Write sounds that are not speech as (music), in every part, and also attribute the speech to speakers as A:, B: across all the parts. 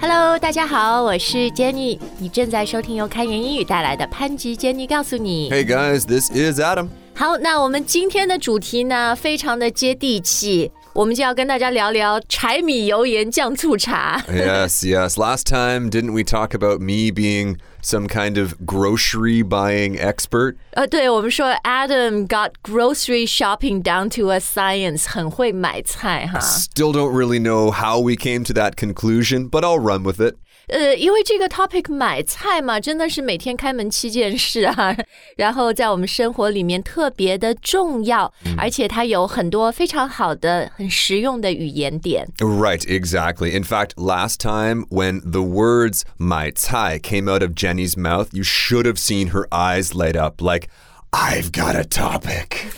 A: Hello，大家好，我是 Jenny，你正在收听由开言英语带来的潘吉 Jenny 告诉你。
B: Hey guys, this is Adam.
A: 好，那我们今天的主题呢，非常的接地气，我们就要跟大家聊聊柴米油盐酱醋茶。
B: Yes, yes. Last time, didn't we talk about me being some kind of grocery buying expert?
A: 呃，对我们说 Adam got grocery shopping down to a science，很会买菜哈。
B: Still don't really know how we came to that conclusion, but I'll run with it.
A: 呃，因为这个 topic 买菜嘛，真的是每天开门七件事啊， (laughs) 然后在我们生活里面特别的重要，而且它有很多非常好的、很实用的语言点。
B: Right, exactly. In fact, last time when the words my tai came out of Jenny's mouth, you should have seen her eyes light up like, I've got a topic.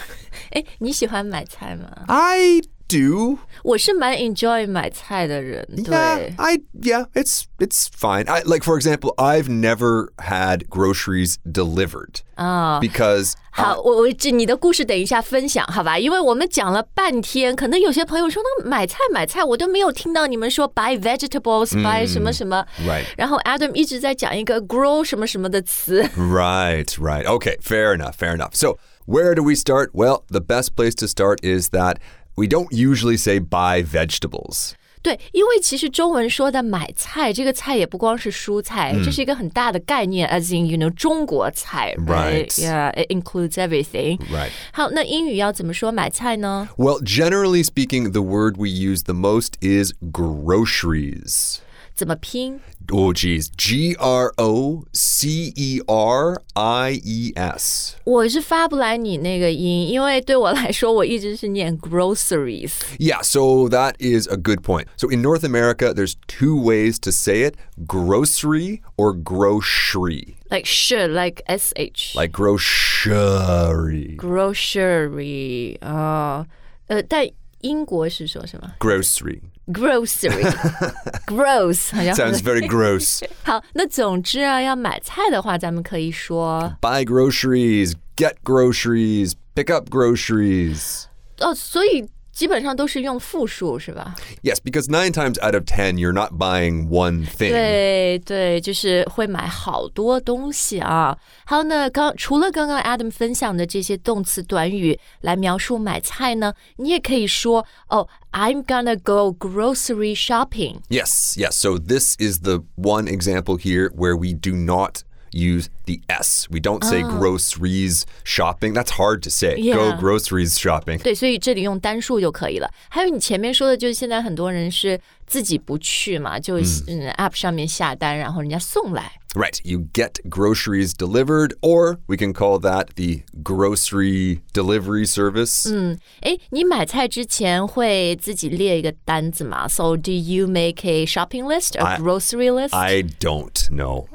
A: 哎，你喜欢买菜吗？
B: I do.
A: 我是蛮 enjoy 买菜的人，对。
B: Yeah, I yeah, it's it's fine. I like for example, I've never had groceries delivered. Because
A: 好，我我这你的故事等一下分享好吧？因为我们讲了半天，可能有些朋友说那买菜买菜，我都没有听到你们说 buy vegetables、buy 什么什么。
B: right.
A: 然后 Adam 一直在讲一个 grow 什么什么的词。
B: Right, right. Okay, fair enough, fair enough. So, where do we start? Well, the best place to start is that we don't usually say buy vegetables.
A: 对，因为其实中文说的买菜，这个菜也不光是蔬菜，
B: 嗯
A: 这是一个很大的概念，as in you know 中国菜
B: Right
A: Yeah，it includes everything。
B: Right.
A: 好，那英语要怎么说买菜呢？
B: Well, generally speaking, the word we use the most is groceries.
A: 怎么拼？
B: Oh geez, G R O C E R I E S.
A: 我是发不来你那个音，因为对我来说，我一直是念 groceries。
B: Yeah, so that is a good point. So in North America, there's two ways to say it grocery or grocery.
A: like sure like sh
B: Like grocery.
A: grocery 啊、呃，但英国是说什么
B: Grocery.
A: grocery
B: (laughs)
A: gross 好像
B: Sounds very gross.
A: 好。那总之啊，要买菜的话，咱们可以说
B: Buy groceries, get groceries, pick up groceries.
A: 哦，所以基本上都是用复数是吧？
B: Yes, because nine times out of ten, you're not buying one thing.
A: 对对，就是会买好多东西啊。还有呢，刚除了刚刚 Adam 分享的这些动词短语来描述买菜呢，你也可以说哦，I'm gonna go grocery shopping。
B: Yes, yes. So this is the one example here where we do not use the S. We don't say groceries shopping. That's hard to say. Go
A: Oh. Yeah.
B: groceries shopping.
A: 对，所以这里用单数就可以了。还有你前面说的，就是现在很多人是自己不去嘛，就嗯 App 上面下单，然后人家送来。
B: Right. You get groceries delivered, or we can call that the grocery delivery service.
A: 哎，你买菜之前会自己列一个单子吗？So do you make a shopping list, a grocery list？
B: I don't know.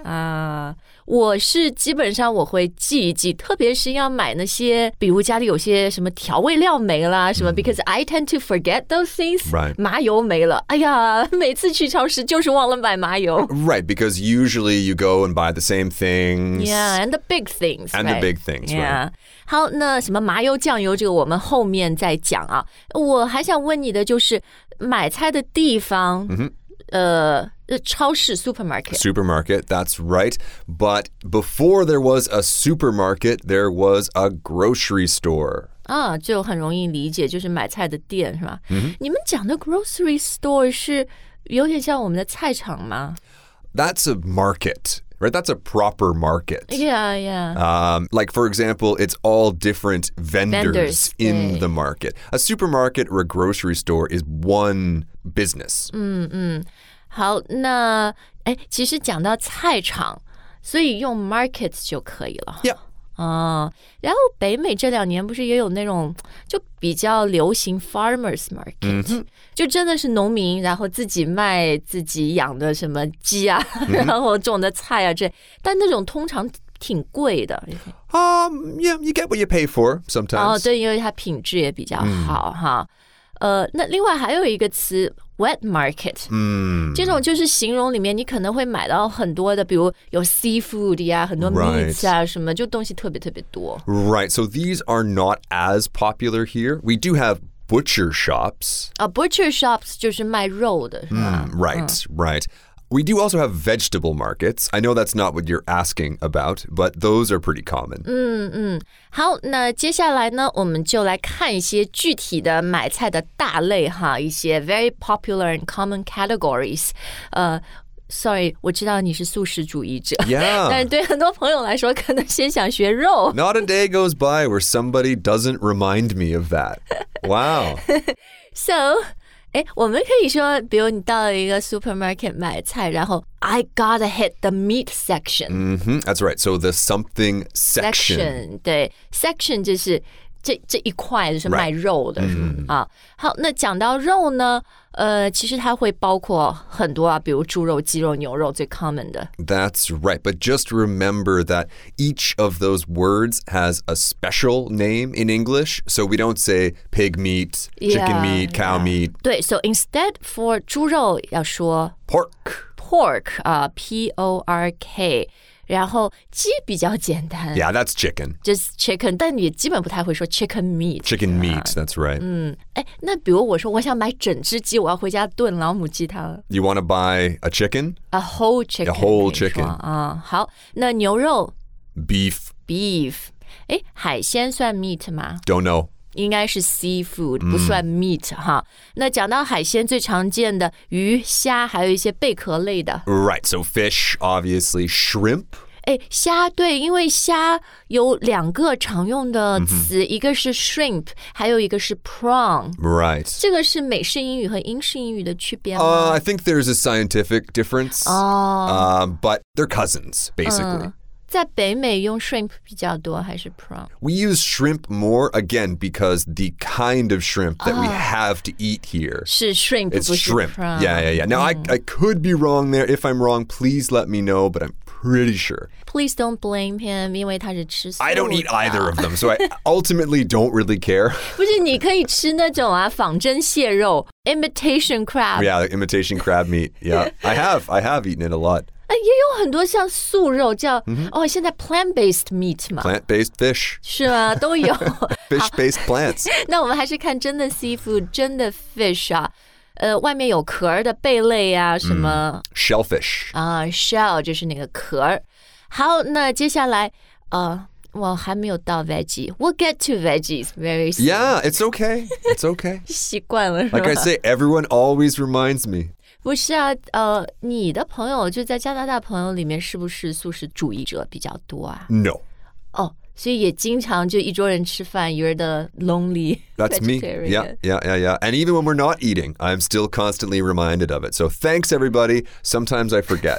A: 我是基本上我会记一记，特别是要买那些，比如家里有些什么调味料没啦，什么、b e c a u s e I tend to forget those things。
B: 嗯 Right
A: 麻油没了，哎呀，每次去超市就是忘了买麻油。
B: Right, because usually you go and buy the same things.
A: Yeah, and the big things.
B: And the
A: right?
B: big things, right.
A: Yeah. 好，那什么麻油、酱油，这个我们后面再讲啊。我还想问你的就是买菜的地方，呃，呃超市 （supermarket）。
B: Supermarket, that's right. But before there was a supermarket, there was a grocery store.
A: 啊，就很容易理解，就是买菜的店是吧？你们讲的 grocery store 是有点像我们的菜场吗
B: That's a market, right? That's a proper market.
A: ？Yeah, yeah.
B: Um, like, for example, it's all different vendors,
A: Vendors,
B: in
A: yeah.
B: the market. A supermarket or a grocery store is one business.
A: Mm. 好，那哎，其实讲到菜场，所以用 market 就可以了。
B: Yeah.
A: 啊、然后北美这两年不是也有那种就比较流行 farmers market，、就真的是农民，然后自己卖自己养的什么鸡啊，然后种的菜啊这，但那种通常挺贵的。
B: Um, yeah, you get what you pay for
A: 哦，
B: sometimes.
A: 对，因为它品质也比较好、哈。呃，那另外还有一个词 wet market，
B: Hmm.
A: 这种就是形容里面你可能会买到很多的，比如有 seafood 呀，很多
B: Right.
A: meats 啊什么，就东西特别特别多。
B: Right. So these are not as popular here. We do have butcher shops.
A: 呃
B: 嗯
A: 啊、b u t c h e r shops 就是卖肉的，是吧？
B: Mm, right, right. We do also have vegetable markets. I know that's not what you're asking about, but those are pretty common. (laughs)
A: 好，那接下来呢，我们就来看一些具体的买菜的大类哈，一些 very popular and common categories。呃，sorry，我知道你是素食主义者
B: Yeah.
A: 但是对很多朋友来说，可能先想学肉。
B: Not a day goes by where somebody doesn't remind me of that. (laughs) Wow.
A: So，哎，我们可以说，比如你到了一个 supermarket 买菜，然后 I gotta hit the meat section。
B: hmm That's right. So the something section.
A: section，对，section 就是这这一块就是卖肉的是吗
B: 嗯
A: 啊。好，那讲到肉呢，呃，其实它会包括很多啊，比如猪肉、鸡肉、牛肉最 common 的。
B: That's right. But just remember that each of those words has a special name in English. So we don't say pig meat, chicken
A: Yeah,
B: meat, cow meat,
A: 对，so instead for 猪肉要说
B: pork.
A: pork 啊、p o r k，然后鸡比较简单
B: Yeah, that's chicken.
A: 就是 chicken，但也基本不太会说 chicken meat。
B: Chicken meat. That's right.
A: 哎，那比如我说我想买整只鸡，我要回家炖老母鸡汤。
B: You want to buy a chicken?
A: A whole chicken，
B: whole
A: 可以说
B: chicken
A: 啊、好，那牛肉
B: Beef.
A: beef，哎，海鲜算 meat 吗？
B: Don't know.
A: 应该是 seafood，不
B: 嗯
A: 算 meat、哈。那讲到海鲜，最常见的鱼、虾，还有一些贝壳类的。
B: Right. So fish, obviously. Shrimp.
A: 哎，虾对，因为虾有两个常用的词，
B: 嗯
A: 一个是 shrimp，还有一个是 prawn。
B: Right.
A: 这个是美式英语和英式英语的区别吗？
B: Uh, I think there's a scientific difference. Um, but they're cousins, basically.
A: 在北美用 shrimp 比较多，还是 prawn？
B: We use shrimp more again because the kind of shrimp that we have to eat here.
A: 是 shrimp，
B: It's
A: 不是
B: shrimp.
A: prawn。
B: Yeah, yeah, yeah. Now, I, I could be wrong there. If I'm wrong, please let me know, but I'm pretty sure.
A: Please don't blame him，因为他是吃素的。
B: I don't eat either of them, so I ultimately don't really care.
A: 不是，你可以吃那种啊，仿真蟹肉 （imitation crab），
B: yeah, like imitation crab meat.
A: (laughs)
B: Yeah, I have. I have eaten it a lot.
A: 啊，也有很多像素肉叫、哦，现在 plant-based meat 嘛。
B: 嗯 Plant based fish,
A: 是吗？都有。 (laughs)
B: fish based plants.
A: 那我们还是看真的 seafood，真的 fish 啊，呃，外面有壳儿的贝类啊，什么、
B: Shellfish.
A: 啊 shell 就是那个壳儿。好，那接下来呃，我还没有到 veggie，we'll get to veggies very soon。
B: Yeah, it's okay. It's okay.
A: (laughs) 习惯了是吧
B: Like I say, everyone always reminds me.
A: 不是啊，呃，你的朋友就在加拿大朋友里面，是不是素食主义者比较多啊？
B: No,
A: 哦，所以也经常就一桌人吃饭，you're the lonely
B: (laughs) that's me.
A: vegetarian。
B: Yeah, yeah, yeah, yeah. And even when we're not eating, I'm still constantly reminded of it. So thanks, everybody. Sometimes I forget.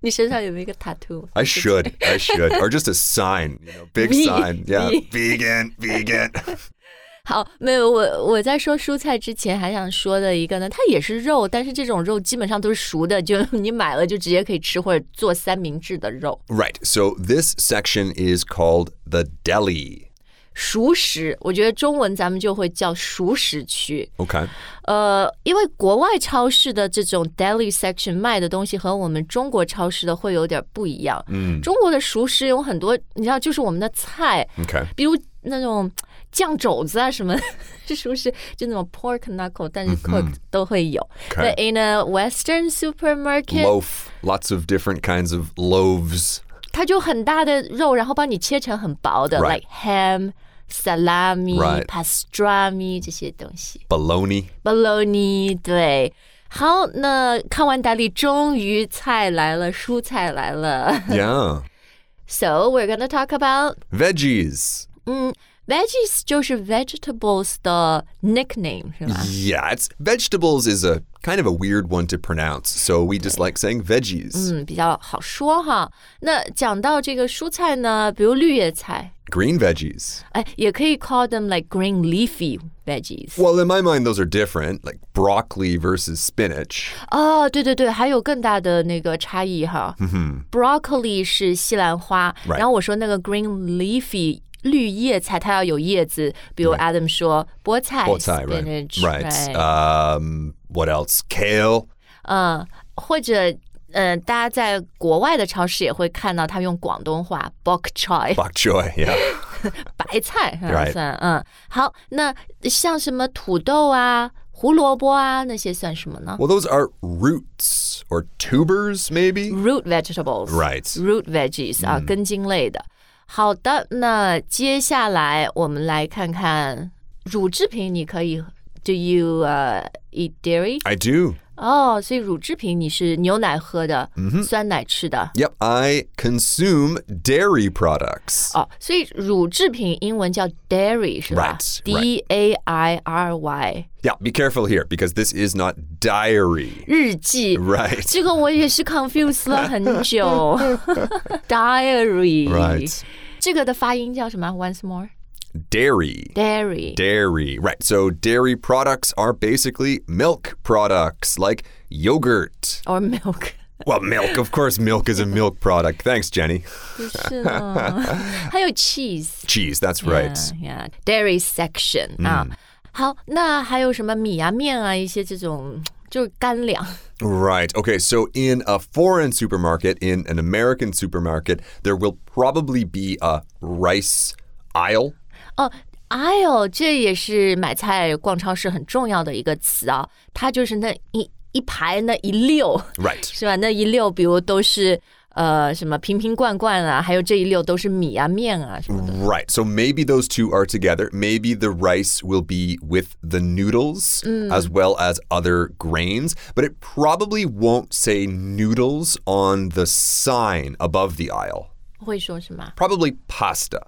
A: 你身上有没有一个 tattoo？ (laughs)
B: I should. I should. Or just a sign, you know, big
A: Me.
B: sign. Yeah.
A: Me.
B: Vegan, vegan.
A: 好，没有我我在说蔬菜之前还想说的一个呢，它也是肉，但是这种肉基本上都是熟的，就你买了就直接可以吃，或者做三明治的肉，
B: right. So this section is called the deli.
A: 熟食。我觉得中文咱们就会叫熟食区。
B: Okay.
A: 呃，因为国外超市的这种 deli section 卖的东西和我们中国超市的会有点不一样。嗯，中国的熟食有很多，你知道，就是我们的菜，
B: Okay.
A: 比如那种酱肘子啊什么，熟食就那种 pork knuckle，但是
B: 嗯
A: cooked 都会有。
B: Okay.
A: 那 in a Western supermarket，
B: Loaf. Lots of different kinds of loaves.
A: 它就很大的肉，然后帮你切成很薄的
B: Right
A: like ham。salami、
B: Right
A: pastrami 这些东西。
B: Bologna.
A: bologna，对。好，那看完打理，终于菜来了，蔬菜来了。 (laughs)
B: Yeah.
A: So we're gonna talk about
B: Veggies.
A: veggies，就是 vegetables 的 nickname 是吧？
B: Yeah, it's vegetables is a kind of a weird one to pronounce, so we just like saying veggies.
A: 嗯，比较好说哈。那讲到这个蔬菜呢，比如绿叶菜，
B: Green veggies.
A: 哎，也可以 call them like green leafy veggies。
B: Well, in my mind, those are different, like broccoli versus spinach.
A: 哦，对对对，还有更大的那个差异哈。Broccoli 是西兰花
B: 嗯 Right
A: 然后我说那个 green leafy 绿叶菜，它要有叶子，比如 Adam 说菠菜
B: Botai, right?
A: spinach，
B: Right. Um, what else? Kale.
A: 嗯，或者。呃，大家在国外的超市也会看到他用广东话 bok choy
B: Bok choy. Yeah.
A: 白菜嗯
B: Right
A: 算嗯，好，那像什么土豆啊、胡萝卜啊那些算什么呢
B: Well, those are roots or tubers, maybe?
A: ？Root vegetables,
B: Right.
A: Root veggies
B: 嗯
A: 啊，根茎类的。好的，那接下来我们来看看乳制品，你可以 Do you 呃、eat dairy？
B: I do.
A: 哦，所以乳制品你是牛奶喝的，
B: 嗯
A: 酸奶吃的。
B: Yep, I consume dairy products.
A: 哦，所以乳制品英文叫 dairy 是吧
B: Right,
A: ？D A I R Y
B: Yeah, be careful here because this is not diary.
A: 日记。
B: Right.
A: 这个我也是 confuse 了很
B: (laughs)
A: 久，diary。
B: Right.
A: 这个的发音叫什么？Once more
B: Dairy.
A: dairy。
B: Dairy. Right. So dairy products are basically milk products like yogurt.
A: or milk，
B: Well, milk, of course, milk is a milk product. Thanks, Jenny.
A: 不是呢，还有 cheese，
B: Cheese, that's right.
A: yeah, dairy section、啊。好，那还有什么米啊、面啊，一些这种就是干粮。
B: Right. Okay. So, in a foreign supermarket, in an American supermarket, there will probably be a rice aisle.
A: 哦，哎呦，这也是买菜逛超市很重要的一个词啊，它就是那一一排那一溜
B: Right.
A: 是吧？那一溜，比如都是呃什么瓶瓶罐罐啊，还有这一溜都是米啊、面啊什么的。
B: Right. So, maybe those two are together. Maybe the rice will be with the noodles as well as other grains, but it probably won't say noodles on the sign above the aisle.
A: 会说什么？
B: Probably pasta.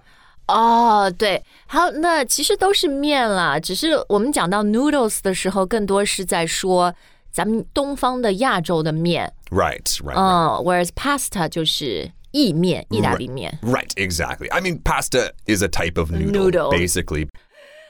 A: 哦，对，好，那其实都是面啦，只是我们讲到 noodles 的时候，更多是在说咱们东方的亚洲的面，
B: Right. Right. right.
A: 嗯，whereas pasta 就是意面，意大利面。
B: Right, exactly. I mean, pasta is a type of noodle,
A: Noodle.
B: basically.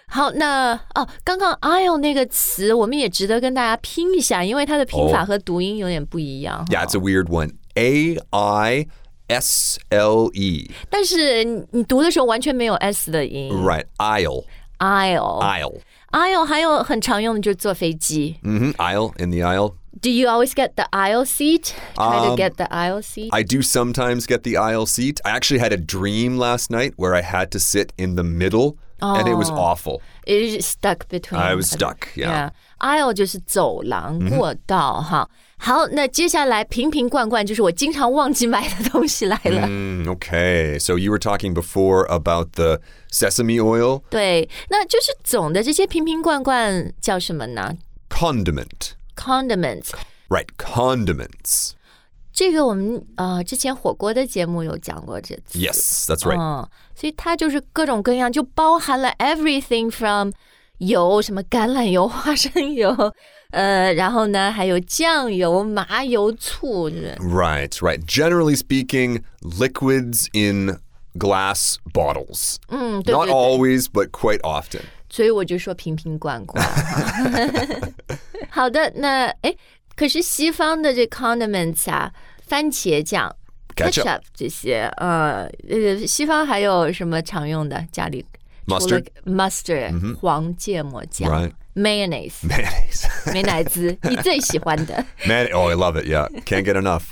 A: 好，那哦，刚刚 aisle 那个词，我们也值得跟大家拼一下，因为它的拼法和读音有点不一样。
B: Yeah, it's a weird one. A I S L E.
A: 但是你你读的时候完全没有 s 的音。
B: Right, aisle.
A: aisle
B: 嗯 Aisle.
A: aisle 还有很常用的就是坐飞机。
B: hmm Aisle in the aisle.
A: Do you always get the aisle seat? Try to get the aisle seat.
B: I do sometimes get the aisle seat. I actually had a dream last night where I had to sit in the middle, and it was awful.
A: It is stuck between.
B: I was stuck. Yeah.
A: Yeah. Aisle 就是走廊、过道哈。好，那接下来瓶瓶罐罐就是我经常忘记买的东西来了。
B: Mm, okay, so you were talking before about the sesame oil
A: 对，那就是总的这些瓶瓶罐罐叫什么呢
B: condiment.
A: ？Condiments。
B: Right, condiments.
A: 这个我们呃之前火锅的节目有讲过这次。
B: Yes, that's right.
A: 嗯，所以它就是各种各样，就包含了 everything from 油，什么橄榄油、花生油，呃，然后呢还有酱油、麻油、醋，对不对？
B: Right, right. Generally speaking, liquids in glass bottles.
A: 嗯，对
B: Not
A: 对
B: always, but quite often. (laughs)
A: 所以我就说瓶瓶罐罐。好的，那哎，可是西方的这 condiments 啊，番茄酱、
B: Ketchup
A: 这些，呃呃，西方还有什么常用的？家里除了
B: Mustard 嗯
A: mustard、黄芥末酱、
B: Right (laughs)
A: mayonnaise
B: Mayonnaise.
A: 美乃滋，你最喜欢
B: (laughs)
A: 的？
B: Man, oh, I love it. Yeah, can't get enough.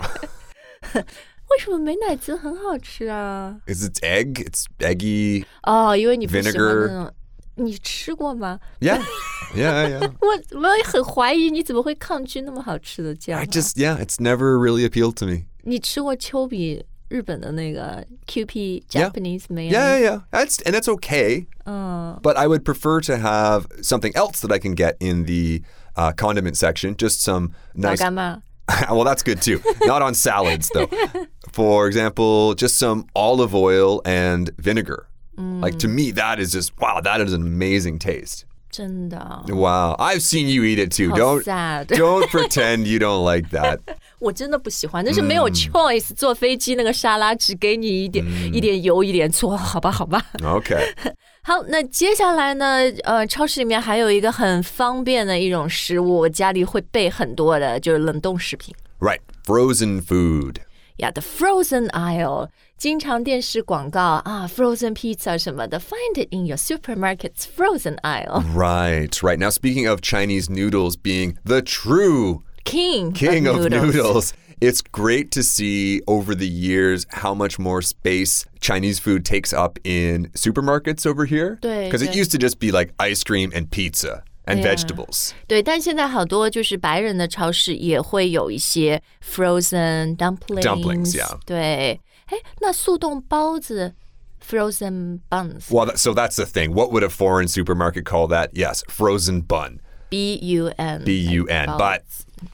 B: (laughs)
A: 为什么美乃滋很好吃啊？
B: Is it egg? It's eggy.
A: 哦，因为你不喜欢
B: Vinegar
A: 那种。你吃过吗？
B: Yeah, yeah, yeah.
A: 我我也很怀疑你怎么会抗拒那么好吃的酱、啊
B: I。just yeah, it's never really appealed to me.
A: 你吃过丘比日本的那个 QP
B: Yeah.
A: Japanese mayo？
B: Yeah, yeah, yeah. That's and that's okay. But I would prefer to have something else that I can get in the uh, condiment section. Just some
A: 老
B: nice
A: 干妈
B: (laughs) well, that's good too. Not on salads, though. For example, just some olive oil and vinegar. Like to me, that is just wow. That is an amazing taste.
A: 真的啊
B: Wow, I've seen you eat it too.
A: 好
B: Don't
A: sad，
B: don't pretend you don't like that.
A: 我真的不喜欢，但是没
B: 嗯
A: 有 choice，、坐飞机那个沙拉只给你一点、一点油一点醋，好吧好吧。 (laughs)
B: Okay,
A: 好，那接下来呢？呃，超市里面还有一个很方便的一种食物，我家里会备很多的，就是冷冻食品。
B: right. Frozen food.
A: 呀、yeah,，the frozen aisle，经常电视广告啊，frozen pizza 什么的，find it in your supermarket's frozen aisle。
B: Right, right. Now, speaking of Chinese noodles being the true
A: King
B: king
A: of
B: of
A: noodles.
B: noodles. It's great to see over the years how much more space Chinese food takes up in supermarkets over here.
A: 对，
B: Because it
A: 对。
B: used to just be like ice cream and pizza. and
A: Yeah.
B: vegetables.
A: 对，但现在好多就是白人的超市也会有一些 frozen dumplings。
B: Dumplings, yeah.
A: 对，哎，那速冻包子 frozen buns
B: Well, that, so that's the thing. What would a foreign supermarket call that? Yes, frozen bun,
A: b u n
B: B U N.
A: Like
B: But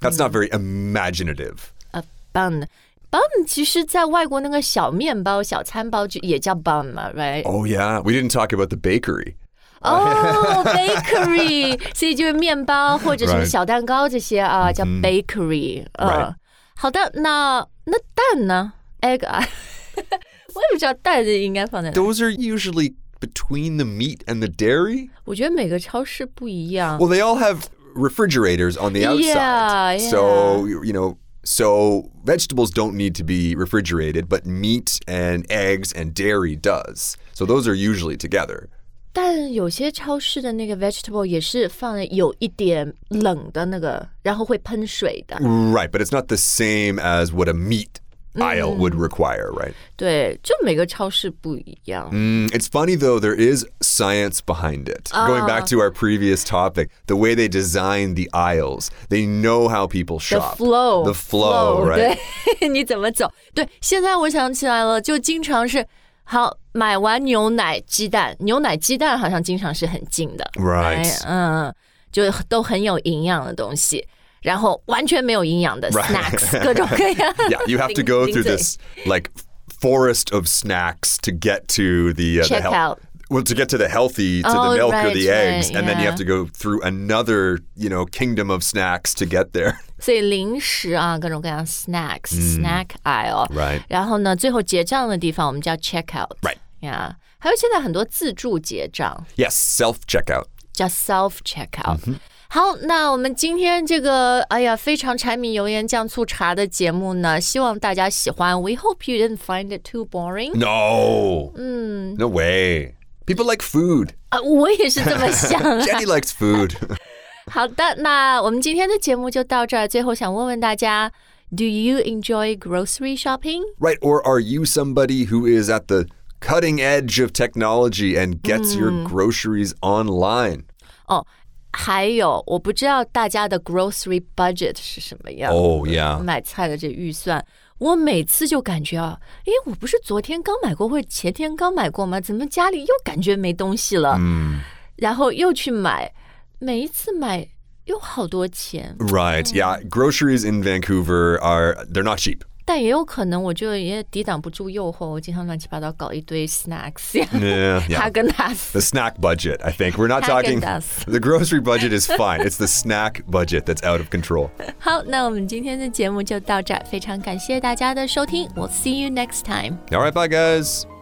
B: that's not very imaginative.
A: a bun bun 其实在外国那个小面包、小餐包就也叫 bun 嘛，right？
B: Oh yeah, we didn't talk about the bakery.
A: 哦、b a k e r
B: (laughs)
A: y 所以就是面包或者什么
B: Right. 嗯
A: 小蛋糕这些啊，叫 bakery。嗯
B: Right.，
A: 好的，那那蛋呢？egg 啊， (laughs) 我也不知道蛋应该放在哪。
B: Those are usually between the meat and the dairy.
A: 我觉得每个超市不一样。
B: Well, they all have refrigerators on the outside.
A: Yeah,
B: So, you you know, so vegetables don't need to be refrigerated, but meat and eggs and dairy does. So those are usually together.
A: 但有些超市的那个 vegetable 也是放了有一点冷的那个，然后会喷水的。
B: Right, but it's not the same as what a meat
A: Mm.
B: aisle would require, right?
A: 对，就每个超市不一样。
B: Mm, it's funny though, there is science behind it. Going
A: Ah.
B: back to our previous topic, the way they design the aisles, they know how people
A: The
B: shop.
A: flow,
B: The
A: (laughs)
B: flow, right?
A: 对，你怎么走？对，现在我想起来了，就经常是好买完牛奶、鸡蛋，牛奶、鸡蛋好像经常是很近的
B: Right.
A: 哎嗯，就都很有营养的东西，然后完全没有营养的
B: (laughs)
A: snacks，各种各样。
B: Yeah, you have to
A: Things-
B: go through
A: things like-
B: this like forest of snacks to get to the uh, the
A: Checkout.
B: health- Well, to get to the healthy, to
A: Oh,
B: the milk or
A: right,
B: the eggs,
A: right,
B: and then you
A: yeah.
B: have to go through another, you know, kingdom of snacks to get there. (laughs)
A: 所以零食啊，各种各样 snacks、snack aisle。
B: Mm-hmm. Right.
A: 然后呢，最后结账的地方我们叫 check out。
B: Right.
A: 呀、还有现在很多自助结账，
B: Yes, self checkout.
A: 叫 self check out。好，那我们今天这个哎呀非常柴米油盐酱醋茶的节目呢，希望大家喜欢。We hope you didn't find it too boring。
B: No,
A: Hmm.
B: no way. People like food.
A: 啊，我也是这么想啊。(laughs)
B: (laughs) Jenny likes food.
A: 好的，那我们今天的节目就到这儿。最后想问问大家，Do you enjoy grocery shopping？
B: Right, or are you somebody who is at the cutting edge of technology and gets
A: Hmm.
B: your groceries online?
A: 哦，还有我不知道大家的 grocery budget 是什么样
B: Oh, yeah.
A: 买菜的这预算。我每次就感觉啊，诶，我不是昨天刚买过，或者前天刚买过吗？怎么家里又感觉没东西了？嗯，然后又去买，每一次买又好多钱，
B: Right, yeah. Groceries in Vancouver are they're not cheap.
A: 但也有可能我就也抵挡不住诱惑，我经常乱七八糟搞一堆 snacks 嗯呀，
B: Yeah,
A: 哈
B: yeah.
A: 根达斯
B: The snack budget, I think. We're not talking
A: Häagen-Dazs.
B: the grocery budget is fine. It's the (laughs) snack budget that's out of control.
A: 好，那我们今天的节目就到这儿，非常感谢大家的收听，We'll see you next time。
B: All right, bye guys.